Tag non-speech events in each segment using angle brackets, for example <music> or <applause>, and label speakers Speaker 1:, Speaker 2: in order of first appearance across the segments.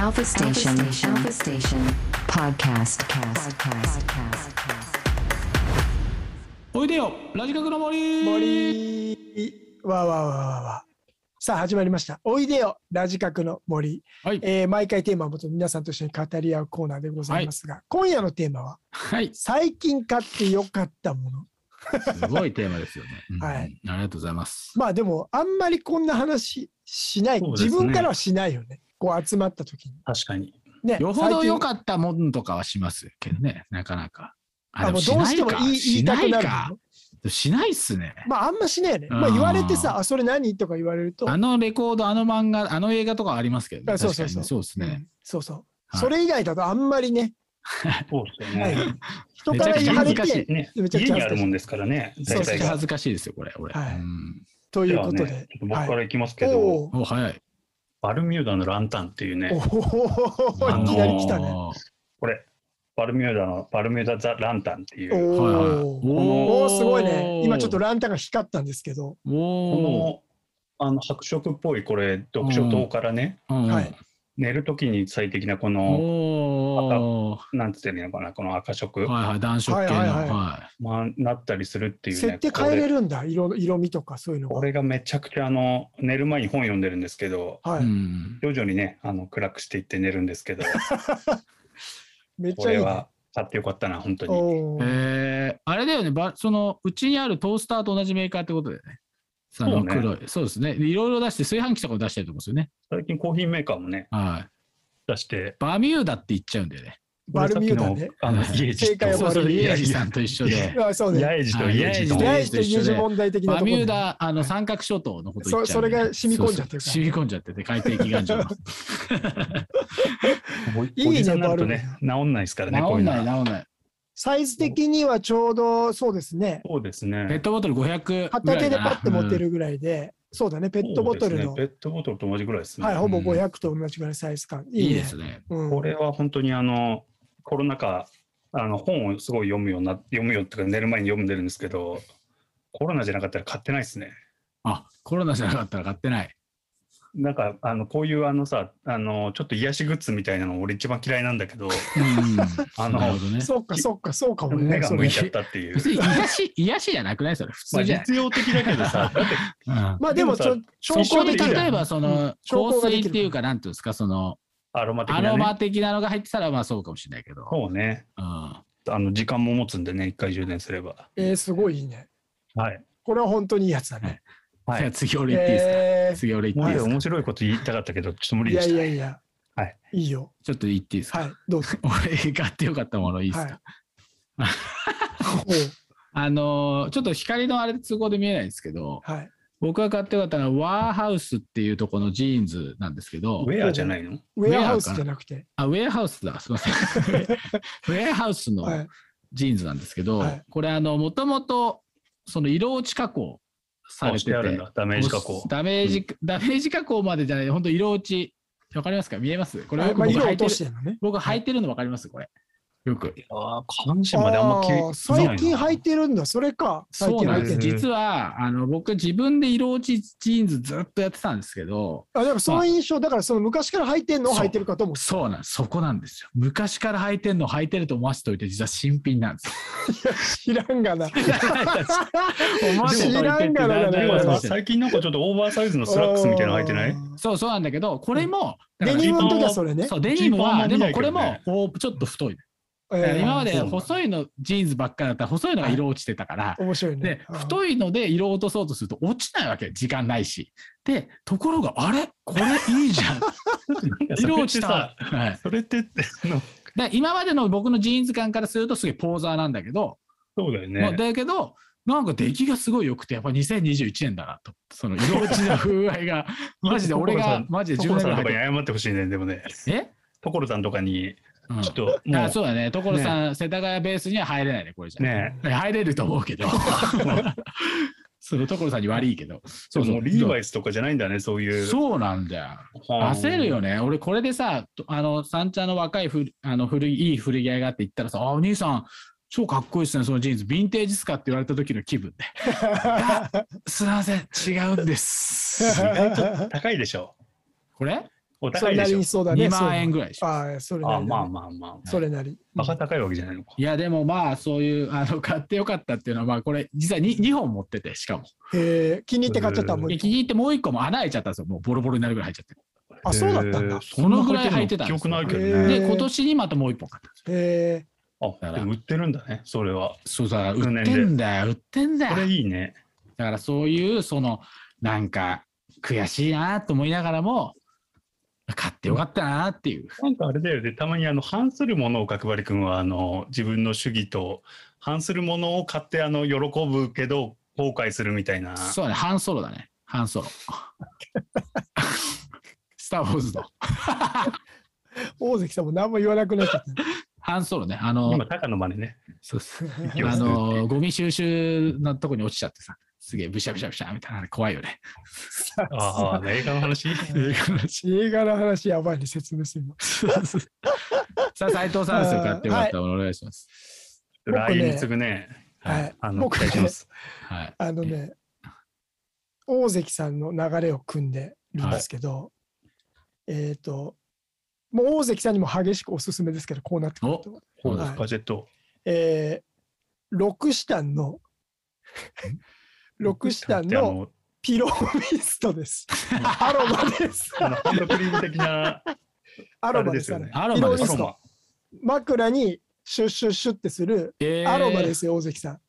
Speaker 1: Alpha Station. Alpha Station. Podcast. Cast. Podcast.
Speaker 2: おいでよラジカクの森
Speaker 3: 森わわわわわさあ始まりました「おいでよラジカクの森」
Speaker 2: はい
Speaker 3: えー毎回テーマをもとに皆さんと一緒に語り合うコーナーでございますが、今夜のテーマは
Speaker 2: はい
Speaker 3: 「最近買ってよかったもの
Speaker 2: すごいテーマですよ
Speaker 3: <laughs>
Speaker 2: ね、うん
Speaker 3: はい
Speaker 2: ありがとうございま」す
Speaker 3: まあでもあんまりこんな話しない、
Speaker 2: そうですね
Speaker 3: 自分からはしないよねこう集まった時に
Speaker 4: 確かに。
Speaker 3: ね
Speaker 2: よほど良
Speaker 3: っ
Speaker 2: かったもんとかはしますけどねなかなかあ
Speaker 3: あ
Speaker 2: で
Speaker 3: も
Speaker 2: も
Speaker 3: う
Speaker 2: し
Speaker 3: どう
Speaker 2: な
Speaker 3: し
Speaker 2: い
Speaker 3: ても
Speaker 2: か
Speaker 3: 言い言い
Speaker 2: したな
Speaker 3: く
Speaker 2: い
Speaker 3: なる
Speaker 2: か
Speaker 3: の
Speaker 2: しないっすね、
Speaker 3: まああんましないよね、まあ、
Speaker 2: うん
Speaker 3: 言われてさあそれ何とか言われると
Speaker 2: あのレコードあの漫画あの映画とかはありますけどね
Speaker 3: あそう
Speaker 2: 確
Speaker 3: そ
Speaker 2: か
Speaker 3: う
Speaker 2: に
Speaker 3: そ
Speaker 2: ねそ
Speaker 3: う
Speaker 2: うですね、
Speaker 3: そうそう、
Speaker 2: はい
Speaker 3: それ以外だとあんまりね、
Speaker 4: そうですよ
Speaker 3: はい
Speaker 4: ね。
Speaker 3: 人から言われ
Speaker 2: <laughs> めちゃくちゃ難し
Speaker 3: て
Speaker 2: い
Speaker 4: ね
Speaker 3: めちゃく
Speaker 4: 家
Speaker 3: ちゃ
Speaker 4: にあるもんですからね。
Speaker 3: そう
Speaker 2: め
Speaker 4: 大
Speaker 2: ちゃく
Speaker 4: 体
Speaker 2: ちゃ
Speaker 4: が。
Speaker 2: 恥ずかしいですよこれ俺、
Speaker 3: はい
Speaker 2: うん
Speaker 3: と
Speaker 4: で
Speaker 3: いう
Speaker 4: は
Speaker 3: ことで。
Speaker 4: ね、ちょっと僕か
Speaker 3: はい
Speaker 4: らいきますけど、
Speaker 3: おう
Speaker 2: お早い
Speaker 4: バルミューダのランタンっていう
Speaker 3: お
Speaker 4: ね、
Speaker 3: お
Speaker 4: あ
Speaker 3: い
Speaker 4: のー
Speaker 3: きなり来たね。
Speaker 4: これ、バルミューダのバルミューダザ・ランタンってい
Speaker 3: お
Speaker 4: う、
Speaker 2: はいはい
Speaker 3: おーおーすごいね。今ちょっと
Speaker 2: お
Speaker 3: ランタンが光ったんですけど、
Speaker 2: お
Speaker 4: このあの白色っぽい、これ、読書灯からね、
Speaker 2: ー、うん
Speaker 3: はい
Speaker 4: 寝るときに最適なこ
Speaker 2: お
Speaker 4: の、
Speaker 2: お
Speaker 4: なんつってるのかな、この赤色、
Speaker 2: はいはい暖色系の
Speaker 3: は
Speaker 2: はいい
Speaker 3: はいはい
Speaker 4: まあ、なったりするっていうね。
Speaker 3: 設定変えれ
Speaker 4: こ
Speaker 3: るんだ、色色味とかそういうの
Speaker 4: れこ
Speaker 3: が。
Speaker 4: れがめちゃくちゃあの寝る前に本読んでるんですけど
Speaker 3: は
Speaker 2: う
Speaker 3: い、
Speaker 2: ん
Speaker 4: 徐々にねあの暗くしていって寝るんです
Speaker 3: <laughs>
Speaker 4: けど
Speaker 3: めっ
Speaker 4: こ
Speaker 3: ちゃい
Speaker 4: れ
Speaker 3: いね
Speaker 4: は。買ってよかったな本当に
Speaker 3: おー
Speaker 2: えー、あれだよね、ばそのうちにあるトースターと同じメーカーってことだよね。そ
Speaker 4: そ
Speaker 2: の
Speaker 4: うね
Speaker 2: 黒い。そうですね。いろいろ出して、炊飯器とかも出してると思うんですよね。
Speaker 4: 最近コーヒーメーカーもね、
Speaker 2: はい。
Speaker 4: 出して、
Speaker 2: バミューダって言っちゃうんだよね。
Speaker 3: バルミューダ
Speaker 4: これ
Speaker 3: ね <laughs>
Speaker 4: さっ。きのあの、
Speaker 2: はい
Speaker 4: イエジ
Speaker 3: 正解は
Speaker 2: そう
Speaker 3: バ
Speaker 2: そ
Speaker 3: ル
Speaker 2: う、
Speaker 3: ミュー
Speaker 2: 宮
Speaker 3: ダ
Speaker 2: 治さんと一緒で。
Speaker 3: あそうね。
Speaker 4: ヤエジと
Speaker 2: はい
Speaker 4: イエジ
Speaker 2: ヤ
Speaker 4: と。
Speaker 3: 大して友情問題的な
Speaker 2: バ
Speaker 3: ところ
Speaker 2: ミュ
Speaker 3: で
Speaker 2: ー。ダ、あ
Speaker 3: はい
Speaker 2: の、三角諸島のこと言っちゃう、
Speaker 3: そそれが染み込んじゃってるから
Speaker 2: そうそう染み込んじゃってて、海底祈願所の。
Speaker 3: いいね
Speaker 4: おじさんになるとね
Speaker 3: バ、
Speaker 4: 治んないですからね、こう
Speaker 2: 治
Speaker 4: いう
Speaker 2: な
Speaker 4: んの
Speaker 2: い、
Speaker 4: は。
Speaker 2: 治んない。
Speaker 3: サイズ的にはちょうどそうですね。
Speaker 4: そうです
Speaker 2: ペッ
Speaker 4: ね。
Speaker 2: トボトル500ぐ
Speaker 3: 片
Speaker 2: ら
Speaker 3: 手
Speaker 2: い
Speaker 3: で
Speaker 2: かな。
Speaker 3: パッと持てるぐらいで、そうだね、ペットボトル
Speaker 4: そ
Speaker 3: の
Speaker 4: うですねペットボトルと同じぐらいですね。
Speaker 3: はい、ほぼ
Speaker 2: うん
Speaker 3: 500と同じぐらいサイズ感。
Speaker 2: うん。
Speaker 3: いい
Speaker 2: い
Speaker 3: ね
Speaker 2: いですね。
Speaker 3: うん
Speaker 4: これは本当にあの、コロナ禍、あの、本をすごい読むような、読むよっていうか、寝る前に読んでるんですけど、コロナじゃなかったら買ってないですね。
Speaker 2: あ、コロナじゃなかったら買って
Speaker 3: <laughs>
Speaker 2: ない。
Speaker 4: なんか、あの、こういうあのさ、あの、ちょっと癒しグッズみたいなの俺一番嫌いなんだけ
Speaker 2: う
Speaker 4: ど、
Speaker 2: ん。
Speaker 4: あの
Speaker 2: なるほどね。
Speaker 3: <laughs> そうか、そうか、そうかもね。
Speaker 4: 目が
Speaker 3: そう
Speaker 4: 向い
Speaker 3: ね
Speaker 4: ちゃったっていう。
Speaker 2: 別に癒し、癒しじゃなくないそれ、普
Speaker 4: まあ、
Speaker 2: 通じゃない。
Speaker 4: 実用的だけど <laughs> さ、だって
Speaker 2: うん
Speaker 3: まあでもちょ、証
Speaker 2: そこ
Speaker 3: 拠
Speaker 2: に
Speaker 3: できる。
Speaker 2: 例えばそ
Speaker 3: うん
Speaker 2: の
Speaker 3: 証
Speaker 2: 香
Speaker 3: 拠がで
Speaker 2: 水
Speaker 3: きる
Speaker 2: っていうかなんていうんですかその
Speaker 4: アロマ的
Speaker 2: ア
Speaker 4: な
Speaker 2: ロ
Speaker 4: ね。
Speaker 2: マ的なのが入ってたらまあそうかもしれないけど、
Speaker 4: そうね。
Speaker 2: うん、
Speaker 4: あの時間も持つんでね、一回充電すれば。
Speaker 3: えー、すごいいいね。
Speaker 4: はい。
Speaker 3: これは本当にいいやつだね。
Speaker 4: はい
Speaker 2: じゃあ次俺言っていいですか、
Speaker 3: えー
Speaker 2: 次俺言っ
Speaker 4: も
Speaker 2: ていい
Speaker 4: う
Speaker 2: ですか
Speaker 4: 面白いこと言いたかったけど、ちょっと無理
Speaker 3: い
Speaker 4: で
Speaker 3: や
Speaker 4: し
Speaker 3: い
Speaker 4: た。
Speaker 3: やいや。
Speaker 4: はい。
Speaker 3: いいよ。
Speaker 2: ちょっと言っていいですか、
Speaker 3: はい。どうぞ。
Speaker 2: 俺買ってよかったものいいですか、
Speaker 3: は
Speaker 2: <laughs>
Speaker 3: いおう
Speaker 2: あのーちょっと光のあれ都合で見えないんですけど
Speaker 3: はい。
Speaker 2: 僕が買ってよかったのはワーハウスっていうとこのジーンズなんですけど
Speaker 4: ウェアじゃないの
Speaker 3: ウ
Speaker 2: ェアかな
Speaker 3: ェアハウスじゃなくて。
Speaker 2: あウェアハウスだすい
Speaker 3: <laughs>
Speaker 2: ませんウェアハウスの
Speaker 3: はい。
Speaker 2: ジーンズなんですけど、
Speaker 3: はい
Speaker 2: これあのもともとその色落ち加工され
Speaker 4: あ
Speaker 2: て
Speaker 4: してあるん
Speaker 2: て
Speaker 4: だ。ダメージ加工。
Speaker 2: ダメージ、ダメージ加工までじゃない、本当色落ち。わかりますか見えますこれ
Speaker 3: あ
Speaker 2: よく
Speaker 3: まあ、
Speaker 2: 僕
Speaker 3: 色
Speaker 2: 履
Speaker 3: 落
Speaker 2: いて
Speaker 3: と
Speaker 2: る
Speaker 3: し。てるのね。
Speaker 2: 僕履いてるのわかりますこれ。よく。
Speaker 4: ああ、関心まであんま気
Speaker 3: ああ、最近履いてるんだ。それか。最
Speaker 2: そう
Speaker 3: 近
Speaker 2: な
Speaker 3: 履
Speaker 2: ん
Speaker 3: い
Speaker 2: で
Speaker 3: て
Speaker 2: す。
Speaker 3: る。
Speaker 4: る
Speaker 2: 実は、あの、僕自分で色落ちジーンズずっとやってたんですけど、
Speaker 3: あ、でもその印象、だからその昔から履いてんのを
Speaker 2: そう
Speaker 3: 履いてるかと思う。
Speaker 2: そうなんです。そこなんですよ。昔から履いてんの履いてると思わせておいて、実は新品なんですよ。
Speaker 3: 知らん
Speaker 2: <laughs>
Speaker 3: がな。
Speaker 2: 思わせておいてって
Speaker 3: 知らんがな
Speaker 2: だんだん言わ
Speaker 3: だ
Speaker 2: れ
Speaker 3: か
Speaker 2: ま
Speaker 3: ら
Speaker 2: すよ
Speaker 4: 最近なんかちょっとオーバーサイズのスラックスみたいなの履いてない
Speaker 3: あー
Speaker 2: そうそうなんだけど、これも、だから
Speaker 3: デニムの時はそれね。
Speaker 2: そう、デニムは、で
Speaker 4: ジーパンは見な
Speaker 2: も
Speaker 4: い
Speaker 2: こ
Speaker 4: け
Speaker 2: れ
Speaker 4: どね
Speaker 2: も、おちょっと太い。
Speaker 3: えー
Speaker 2: 今まで
Speaker 4: そうなんだ
Speaker 2: 細いのジーンズばっかだったら細いのが色落ちてたから、
Speaker 3: 面白いね。
Speaker 2: で
Speaker 3: うん
Speaker 2: 太いので色を落とそうとすると落ちないわけ時間ないしでところがあれこれいい
Speaker 4: <laughs>
Speaker 2: じゃん色落ちたわ、はい、だか
Speaker 4: それって、あの
Speaker 2: ら今までの僕のジーンズ感からするとすげえポーザーなんだけど、
Speaker 4: そうだよ
Speaker 2: まあ
Speaker 4: ね。
Speaker 2: だけどなんか出来がすごい良くてやっぱ2021年だなとその色落ちの風合い
Speaker 4: <laughs>
Speaker 2: がマジで俺
Speaker 4: 所さ
Speaker 2: が
Speaker 4: ん
Speaker 2: マジで10
Speaker 4: 所
Speaker 2: 年ぐ
Speaker 4: さん
Speaker 2: ら
Speaker 4: とかに
Speaker 2: い
Speaker 4: 謝ってほしいね、でもね。
Speaker 2: え、
Speaker 4: 所さんとか
Speaker 2: う
Speaker 4: に、
Speaker 2: ん
Speaker 4: ちょっとも
Speaker 2: あ
Speaker 4: う、
Speaker 2: そうだね所さん、世田谷ベースには入れないねこれじゃ
Speaker 4: ね
Speaker 2: 入れると思うけ
Speaker 4: <laughs>
Speaker 2: ど <laughs> その所さんに悪いけどそ
Speaker 4: そ
Speaker 2: うう
Speaker 4: そ
Speaker 2: そう
Speaker 4: う、リーバイスとかじゃないんだね、そういう。
Speaker 2: そうなんだよ
Speaker 4: はあ
Speaker 2: 焦るよね俺これでさとあの三茶の若いふあの古いいい古着屋があって行ったらさ「あお兄さん超かっこいいですねそのジーンズヴィンテージっすか?」って言われた時の気
Speaker 4: <laughs>
Speaker 2: 分で「すいません違うんです
Speaker 4: <laughs> 高いでしょ。」
Speaker 2: これ
Speaker 3: そ
Speaker 4: お高
Speaker 3: れ
Speaker 4: いで
Speaker 3: な
Speaker 4: し
Speaker 3: り
Speaker 4: ょ
Speaker 3: に。そうだね。
Speaker 2: 2万円
Speaker 3: ぐ
Speaker 2: ぐらいでしょ
Speaker 3: らい。ああ、それなり
Speaker 4: あ
Speaker 3: だね
Speaker 4: まあまあまあ。
Speaker 3: それなり。
Speaker 4: バカ高いわけじゃないのか。
Speaker 2: いやでもまあそういうあの買ってよかったっていうのはまあこれ実は 2, 本持っててしかも
Speaker 3: えー、気に入って買っちゃった
Speaker 4: うん
Speaker 3: もう
Speaker 2: で
Speaker 3: 一
Speaker 2: 気に入ってもう1個も穴開いちゃったんですよもうボロボロになるぐらい入っちゃって
Speaker 3: あそうだったんだ
Speaker 4: へー
Speaker 2: そのぐらい入ってたん
Speaker 4: 記
Speaker 2: です
Speaker 4: 憶
Speaker 2: よ
Speaker 4: ないけど
Speaker 3: へ
Speaker 4: ね。
Speaker 3: ー
Speaker 2: で今年にまたもう1本買ったんですよ
Speaker 3: 個。え
Speaker 4: あ、でも売ってるんだね、それは。
Speaker 2: そうだ
Speaker 4: 数
Speaker 2: 売っ
Speaker 4: 年で
Speaker 2: てんだよ売ってんだ
Speaker 4: こ
Speaker 2: よ
Speaker 4: れいいね。
Speaker 2: だからそういうそのなんか悔しいなと思いながらも買ってよかったなっていう
Speaker 4: なんかあれだよね、たまにあの反するものを角張君はあの自分の主義と反するものを買ってあの喜ぶけど後悔するみたいな。
Speaker 2: そうだね半ソロだね半ソロ <laughs> スター・ウォーズの
Speaker 3: ー、大関さんも何も言わなくなっちゃった。 <laughs>
Speaker 2: 半ソロねあの
Speaker 4: 今、高野真似ね。
Speaker 2: そうっす
Speaker 4: 気を
Speaker 2: あ
Speaker 4: つけて
Speaker 2: のゴミ収集のとこに落ちちゃってさすげえブシャブシャブシャみたいなの怖いよね。
Speaker 4: ああ、映画の話 <laughs>
Speaker 3: 映画の話やばいね、説明するの。
Speaker 2: さあ斉藤さんですよ買ってよかったものお願いします。
Speaker 3: 僕ね
Speaker 4: 来年に次ぐね。は
Speaker 3: はい
Speaker 4: い。あの、
Speaker 3: 僕
Speaker 4: 期
Speaker 3: ね
Speaker 4: 待します。
Speaker 2: はい。
Speaker 3: あのね、大関さんの流れを組んでるんですけど、えっ、と、もう大関さんにも激しくおすすめですけど、こうなってくると。
Speaker 2: そう
Speaker 3: です
Speaker 2: で
Speaker 3: は
Speaker 2: す。
Speaker 3: い
Speaker 4: ガジェット。
Speaker 3: えー、六シタンの、六シタン
Speaker 4: だってあ
Speaker 3: のピローミストです。アロマです。
Speaker 4: あの、ハンドクリーム
Speaker 3: <laughs>
Speaker 4: 的な、
Speaker 3: ア
Speaker 4: あ
Speaker 3: ロ
Speaker 4: れ
Speaker 3: マ
Speaker 4: で
Speaker 3: ですすよ
Speaker 4: よ
Speaker 3: ね
Speaker 4: ね。。
Speaker 2: アロマです
Speaker 3: ピローミスト。枕にシュッシュッシュッってする
Speaker 2: えー
Speaker 3: アロマですよ、大関さん。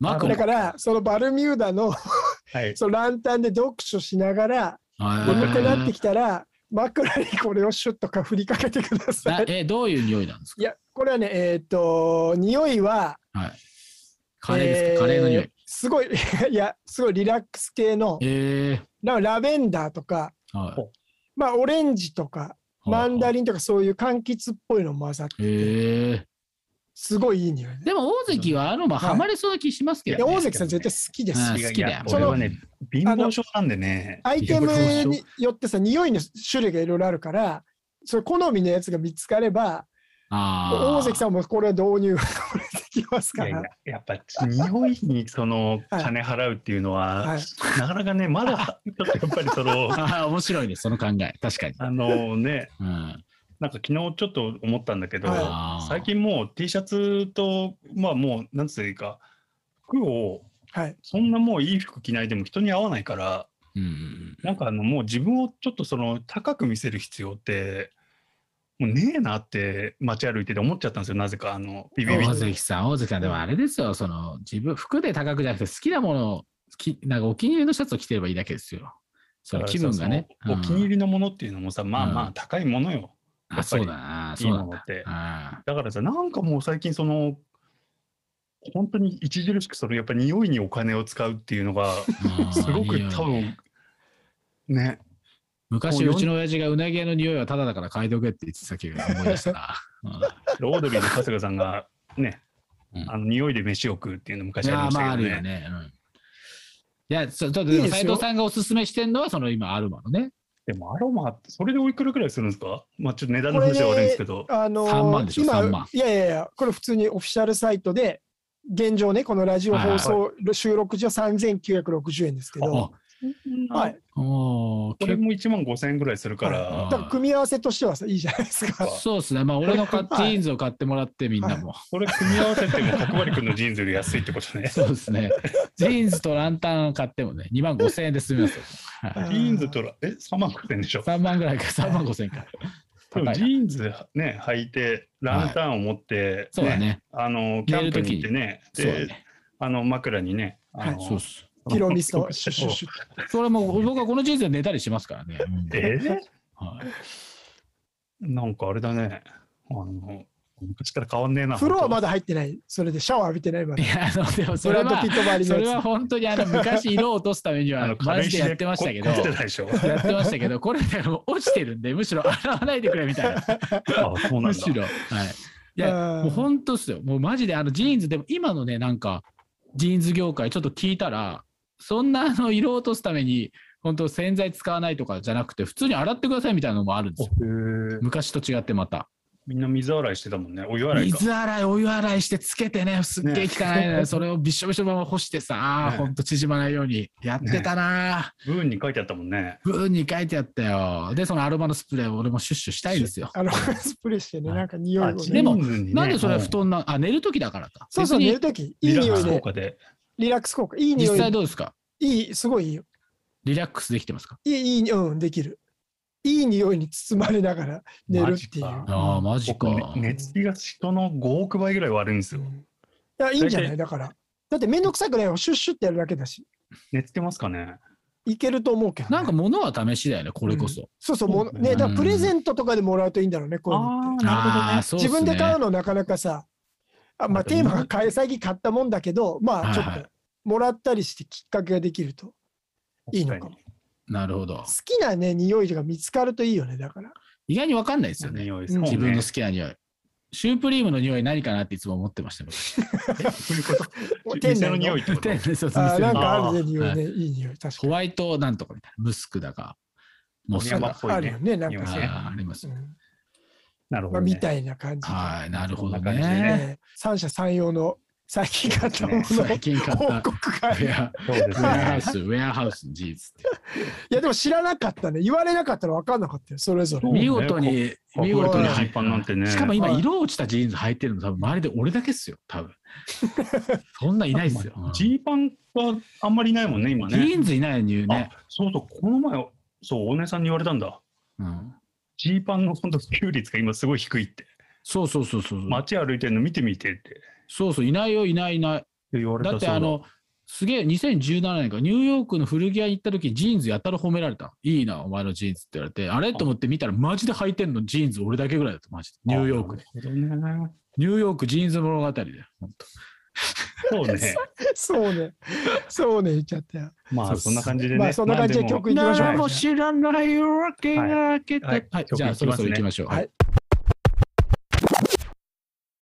Speaker 2: マクロ
Speaker 3: だから、そのバルミューダの
Speaker 4: はい。
Speaker 3: そのランタンで読書しながら、
Speaker 2: あー
Speaker 3: 眠くなってきたら、枕にこれをシュッとか振りかけてくださ。
Speaker 2: ないえどういう匂いなんですか
Speaker 3: いや、これはね、えっ、と、匂いは、
Speaker 2: カレーですか、
Speaker 3: え
Speaker 2: カレーの匂い。
Speaker 3: すごい、 <laughs> いや、すごいリラックス系の、
Speaker 2: え
Speaker 3: ララベンダーとか、
Speaker 2: ー、はい。
Speaker 3: まあ、オレンジとか、マンダリンとか、そういう柑橘っぽいのも混ざって、
Speaker 2: えー、
Speaker 3: すごいいい匂いね。
Speaker 2: でも大関はアロマハマれそうな気しますけ
Speaker 3: で
Speaker 2: ど、ね。
Speaker 3: 大関さん絶対好きです
Speaker 2: あ
Speaker 3: よ。
Speaker 2: 好きだよ
Speaker 4: いや俺はね、貧乏症なんでね。
Speaker 3: アイテムによってさ、匂いの種類がいろいろあるから、それ好みのやつが見つかれば、
Speaker 2: あ
Speaker 3: 大関さんもこれは導入これできます
Speaker 4: い
Speaker 3: か
Speaker 4: やい
Speaker 3: ら
Speaker 4: や。やっぱ匂いにその
Speaker 3: はい
Speaker 4: 金払うっていうのは、
Speaker 3: はい
Speaker 4: なかなかねまだちょっとやっぱりその <laughs>
Speaker 2: ん。あー面白いねその考え確かに。
Speaker 4: あのね
Speaker 2: うん。
Speaker 4: なんか昨日ちょっと思ったんだけど、
Speaker 3: は
Speaker 2: あー
Speaker 4: 最近もう T シャツとまあもうなんつうか服を
Speaker 3: はい。
Speaker 4: そんなもういい服着ないでも人に合わないから
Speaker 2: うんうんうん。
Speaker 4: なんかあのもう自分をちょっとその高く見せる必要ってもうねえなって街歩いてて思っちゃったんですよなぜかあのビビビ
Speaker 2: 大
Speaker 4: って
Speaker 2: 関さん、大関さん、でもあれですよ、その自分、服で高くじゃなくて、好きなものをき、なんかお気に入りのシャツを着てればいいだけですよ。その気分がね。
Speaker 4: お気に入
Speaker 2: り
Speaker 4: りのものっていうのもさ、まあま
Speaker 2: う
Speaker 4: あ高いものよ。
Speaker 2: あ、
Speaker 4: やっぱ
Speaker 2: そ
Speaker 4: り
Speaker 2: うだな、
Speaker 4: いい
Speaker 2: そう
Speaker 4: も
Speaker 2: なん
Speaker 4: の
Speaker 2: だ
Speaker 4: って。
Speaker 2: あ
Speaker 4: だからさ、なんかもう最近その、本当に著しくそのやっぱ匂いにお金を使うっていうのが、
Speaker 2: ー
Speaker 4: すごく
Speaker 2: 匂い
Speaker 4: 多分、ね、
Speaker 2: 昔、
Speaker 4: もう
Speaker 2: うちの親父がうなぎ屋の匂いはただだから嗅いでおけって言ってたけど、思い出したな。うん
Speaker 4: オードリーの春日さんが、ね
Speaker 2: う、ん
Speaker 4: あの匂いで飯を食うっていうの昔
Speaker 2: い
Speaker 4: あり
Speaker 2: や
Speaker 4: ま
Speaker 2: ー、
Speaker 4: し
Speaker 2: まあ、
Speaker 4: た
Speaker 2: あ
Speaker 4: け
Speaker 2: る
Speaker 4: ど
Speaker 2: よ
Speaker 4: ね。
Speaker 2: ね。うんいや、ちょっと、
Speaker 3: いいですよ
Speaker 2: 斎藤さんがおすすめしてんのは、その今、アルマのね。
Speaker 4: でもアロマ、それでおいくらくらいするんですかまあちょっと値段の
Speaker 3: これ
Speaker 4: 話
Speaker 3: ね
Speaker 4: は悪いんですけど。
Speaker 3: あのー
Speaker 2: 3万でしょ3万
Speaker 3: 今、いやいやいや、これ普通にオフィシャルサイトで、現状ね、このラジオ放送収録時は3960円ですけど、はい。
Speaker 2: おー
Speaker 4: これも1万5000円ぐらいするから
Speaker 3: だ、から組み合わせとしてはさ、いいじゃないですか。
Speaker 2: そうですね。まあ、俺の買っ
Speaker 3: は
Speaker 2: ジ
Speaker 3: い
Speaker 2: ーンズを買ってもらって、みんなも。
Speaker 4: これ組み合わせても角張り君のジーンズより安いってこと
Speaker 2: <laughs>
Speaker 4: ね。
Speaker 2: そうですね。ジーンズとランタン買ってもね、2万5千円で済みますよ。
Speaker 3: うん
Speaker 4: ジーンズとら、え、3万5000円でしょ
Speaker 2: 3万ぐらいか、3万5千円か。
Speaker 4: で
Speaker 2: 高い
Speaker 4: も
Speaker 2: な
Speaker 4: ジーンズね、履いて、ランタンを持って、
Speaker 2: そうだね。
Speaker 4: あの、キャンプに行ってね、
Speaker 2: そうだ
Speaker 4: で、
Speaker 2: ね。
Speaker 4: あの、枕にね、あの
Speaker 2: そうっす。
Speaker 3: ピロミスト
Speaker 4: そう
Speaker 3: シュッシュッシュッ
Speaker 2: それもう、僕はこの人生で寝たりしますからね。うん
Speaker 4: えー
Speaker 2: はい
Speaker 4: なんかあれだね、あの、昔から変わんねえな。
Speaker 3: 風呂はま
Speaker 4: だ。
Speaker 3: だ入ってない。それでシャワー浴びてないま
Speaker 2: い
Speaker 3: で。
Speaker 2: や、あの、でもそ
Speaker 3: ブ
Speaker 2: れ
Speaker 3: ランド
Speaker 2: は
Speaker 3: ピ、ットバーリ
Speaker 2: それ
Speaker 3: の
Speaker 2: は
Speaker 3: や
Speaker 2: 本当にあの、昔色を落とすために
Speaker 4: あ
Speaker 2: は
Speaker 4: の、、
Speaker 2: マ
Speaker 4: 軽
Speaker 2: ジ
Speaker 4: 石
Speaker 2: で
Speaker 4: で
Speaker 2: やってましたけど
Speaker 4: こ。こってたでしょ。
Speaker 2: やってましたけど、これでも落ちてるんで、むしろ洗わないでくれみたいな。
Speaker 4: あ、そうなん
Speaker 2: む
Speaker 4: だ
Speaker 2: し。ろ。はい。い
Speaker 3: つ。
Speaker 2: や、
Speaker 3: あー
Speaker 2: もう本当っすよ。もうマジであのジーンズ、でも今のね、なんか、ジーンズ業界ちょっと聞いたら、そんなあの色を落とすために、本当洗剤使わないとかじゃなくて、普通に洗ってくださいみたいなのもあるんですよ。
Speaker 4: へえ
Speaker 2: 昔と違ってまた。
Speaker 4: みんな水洗いしてたもんね。お湯洗いか。
Speaker 2: 水洗い、お湯洗いしてつけてね、すっげえ汚いの
Speaker 4: <laughs>
Speaker 2: よ
Speaker 4: ね
Speaker 2: それをびっしょびしょのまま干してさ、あー
Speaker 4: ね
Speaker 2: ほんと縮まないようにやってたな
Speaker 4: ブーンに書いてあったもんね。
Speaker 2: ブーンに書いてあったよ。で、そのアロマのスプレーを俺もシュッシュしたいですよ。
Speaker 3: あの、スプレーしてね、なんか匂い
Speaker 4: あ
Speaker 3: をね。
Speaker 2: でも
Speaker 4: ジーンズにね
Speaker 2: なんでそれ
Speaker 4: う
Speaker 2: 布団な、あ、寝るときだからか。
Speaker 3: そうそう、寝
Speaker 2: 別に
Speaker 3: るとき、い
Speaker 4: リ
Speaker 3: い
Speaker 4: ラッ
Speaker 3: 匂
Speaker 4: ク
Speaker 3: い
Speaker 4: ス効
Speaker 3: で、
Speaker 4: 果で。
Speaker 3: リラックス効果、いい匂
Speaker 2: 実
Speaker 3: い
Speaker 2: 際、どうですか
Speaker 3: いい、すごいいいよ。
Speaker 2: リラックスできてますか
Speaker 3: いい、いい、うん、できる。いい匂いに包まれながら寝るっていう。
Speaker 4: マジか
Speaker 2: ああ、マジ
Speaker 4: 僕
Speaker 2: か。
Speaker 4: ね寝つきが人の5億倍ぐらい悪いんです
Speaker 3: う
Speaker 4: よ。
Speaker 3: んいや、いいんじゃな
Speaker 4: 大
Speaker 3: いだから。だってめんどくさくないよ。シュッシュってやるだけだし。
Speaker 4: 寝つけますかね
Speaker 3: いけると思うけどね、
Speaker 2: なんか物は試しだよね、これこそ。
Speaker 3: そうそう、もう
Speaker 4: うん
Speaker 3: ね、だからプレゼントとかでもらうといいんだろうね、こういうのって。
Speaker 2: ああー、そうっす
Speaker 3: 自
Speaker 2: ね
Speaker 3: 分で買うのなかなかさ、あま
Speaker 4: な
Speaker 3: あ
Speaker 4: んか
Speaker 3: テーマが買え最近買ったもんだけど、まあちょ
Speaker 2: はいは
Speaker 3: っ
Speaker 2: い
Speaker 3: ともらったりしてきっかけができるといいの
Speaker 4: 確
Speaker 3: か
Speaker 4: か
Speaker 3: も。
Speaker 2: なるほど
Speaker 3: 好。きなね、匂いが見つかるといいよね、だから。
Speaker 2: 意外にわかんないですよ
Speaker 4: に。
Speaker 2: ね。
Speaker 4: 匂い
Speaker 3: うん
Speaker 2: 自分の
Speaker 4: そ
Speaker 2: 好きな匂い。シュープリームの匂い何かなっていつも思ってま
Speaker 3: <laughs>
Speaker 2: した、ね。
Speaker 4: ういうこと。 <laughs>
Speaker 3: 店
Speaker 4: 店
Speaker 3: 内
Speaker 4: の匂いってこと
Speaker 2: 店そうそう
Speaker 3: あー
Speaker 2: 店
Speaker 3: な
Speaker 2: の
Speaker 3: ん
Speaker 2: 匂い
Speaker 3: かあるね、匂
Speaker 4: あ
Speaker 3: いね。いい匂い、確か
Speaker 2: ホ
Speaker 3: に。
Speaker 2: ワイトなんとかみたいな。ムスクだか、モスク
Speaker 4: 山
Speaker 2: だ
Speaker 4: っ
Speaker 2: か。
Speaker 4: ぽ
Speaker 3: あ
Speaker 4: い
Speaker 3: るよ
Speaker 4: ね。
Speaker 3: ね、なんか
Speaker 2: あ
Speaker 3: さ
Speaker 4: 匂い。ね
Speaker 2: ーあります
Speaker 3: う
Speaker 2: よ。
Speaker 3: ん
Speaker 4: なるほ
Speaker 3: まあ
Speaker 4: ど
Speaker 3: み
Speaker 4: ね。
Speaker 3: たいな感じで。
Speaker 2: はい、なるほど
Speaker 4: こんな感じで
Speaker 2: ね。
Speaker 4: ね
Speaker 3: ね三者三様の最近買ったもの
Speaker 2: <laughs>
Speaker 3: の
Speaker 2: 最近買っ
Speaker 3: 報
Speaker 2: た。
Speaker 3: 告会。
Speaker 2: ウェア
Speaker 4: そうで
Speaker 2: ウ
Speaker 4: す
Speaker 2: ェアハ <laughs>
Speaker 4: ね
Speaker 2: ウ。ス、ウェアハウスの事実っていう。
Speaker 3: いや、でも知らなかったね。言われなかったら分かんなかったよ、それぞれ
Speaker 4: そう。ね
Speaker 2: 見事に、
Speaker 4: こ
Speaker 2: 見事に
Speaker 3: こ
Speaker 4: ういうジーパンなんてね
Speaker 2: しかも今、
Speaker 3: はい
Speaker 2: 色落ちたジーンズ履いてるの、多分周りで俺だけっすよ、多
Speaker 4: <laughs>
Speaker 2: 分そんないないっすよ。
Speaker 4: ジーパンはあんまりいないもんね、今
Speaker 2: ジー
Speaker 4: ね。
Speaker 2: ンズいないよ、ニューね。
Speaker 4: あそうそう、この前、そう、お姉さんに言われたんだ。
Speaker 2: うん
Speaker 4: ジーパンの本当普及率が今すごい低いって。
Speaker 2: そうそうそうそう。
Speaker 4: 街歩いてるの見てみてって
Speaker 2: そうそう、いないよ、いないいない。
Speaker 4: 言われた
Speaker 2: だって、あ、の、すげえ、2017年か、ニューヨークの古着屋に行った時、ジーンズやたら褒められた。いいな、お前のジーンズって言われて、あれと思って見たら、マジで履いてんの、ジーンズ俺だけぐらいだった、マジで。ニューヨークで。
Speaker 4: そうなるほどね
Speaker 2: ニューヨークジーンズ物語だよ、ほんと
Speaker 3: <laughs>
Speaker 4: そうね。
Speaker 3: そうね。そうね、言っちゃったよ。
Speaker 4: まあ、そんな感じでね。
Speaker 3: まあそんな感じで
Speaker 4: まあも
Speaker 3: 曲行きましょう
Speaker 2: 何も知らないわけが明けて
Speaker 4: はい
Speaker 2: は
Speaker 4: はい
Speaker 2: い、じゃあ、そろそろ行きましょう。
Speaker 3: はい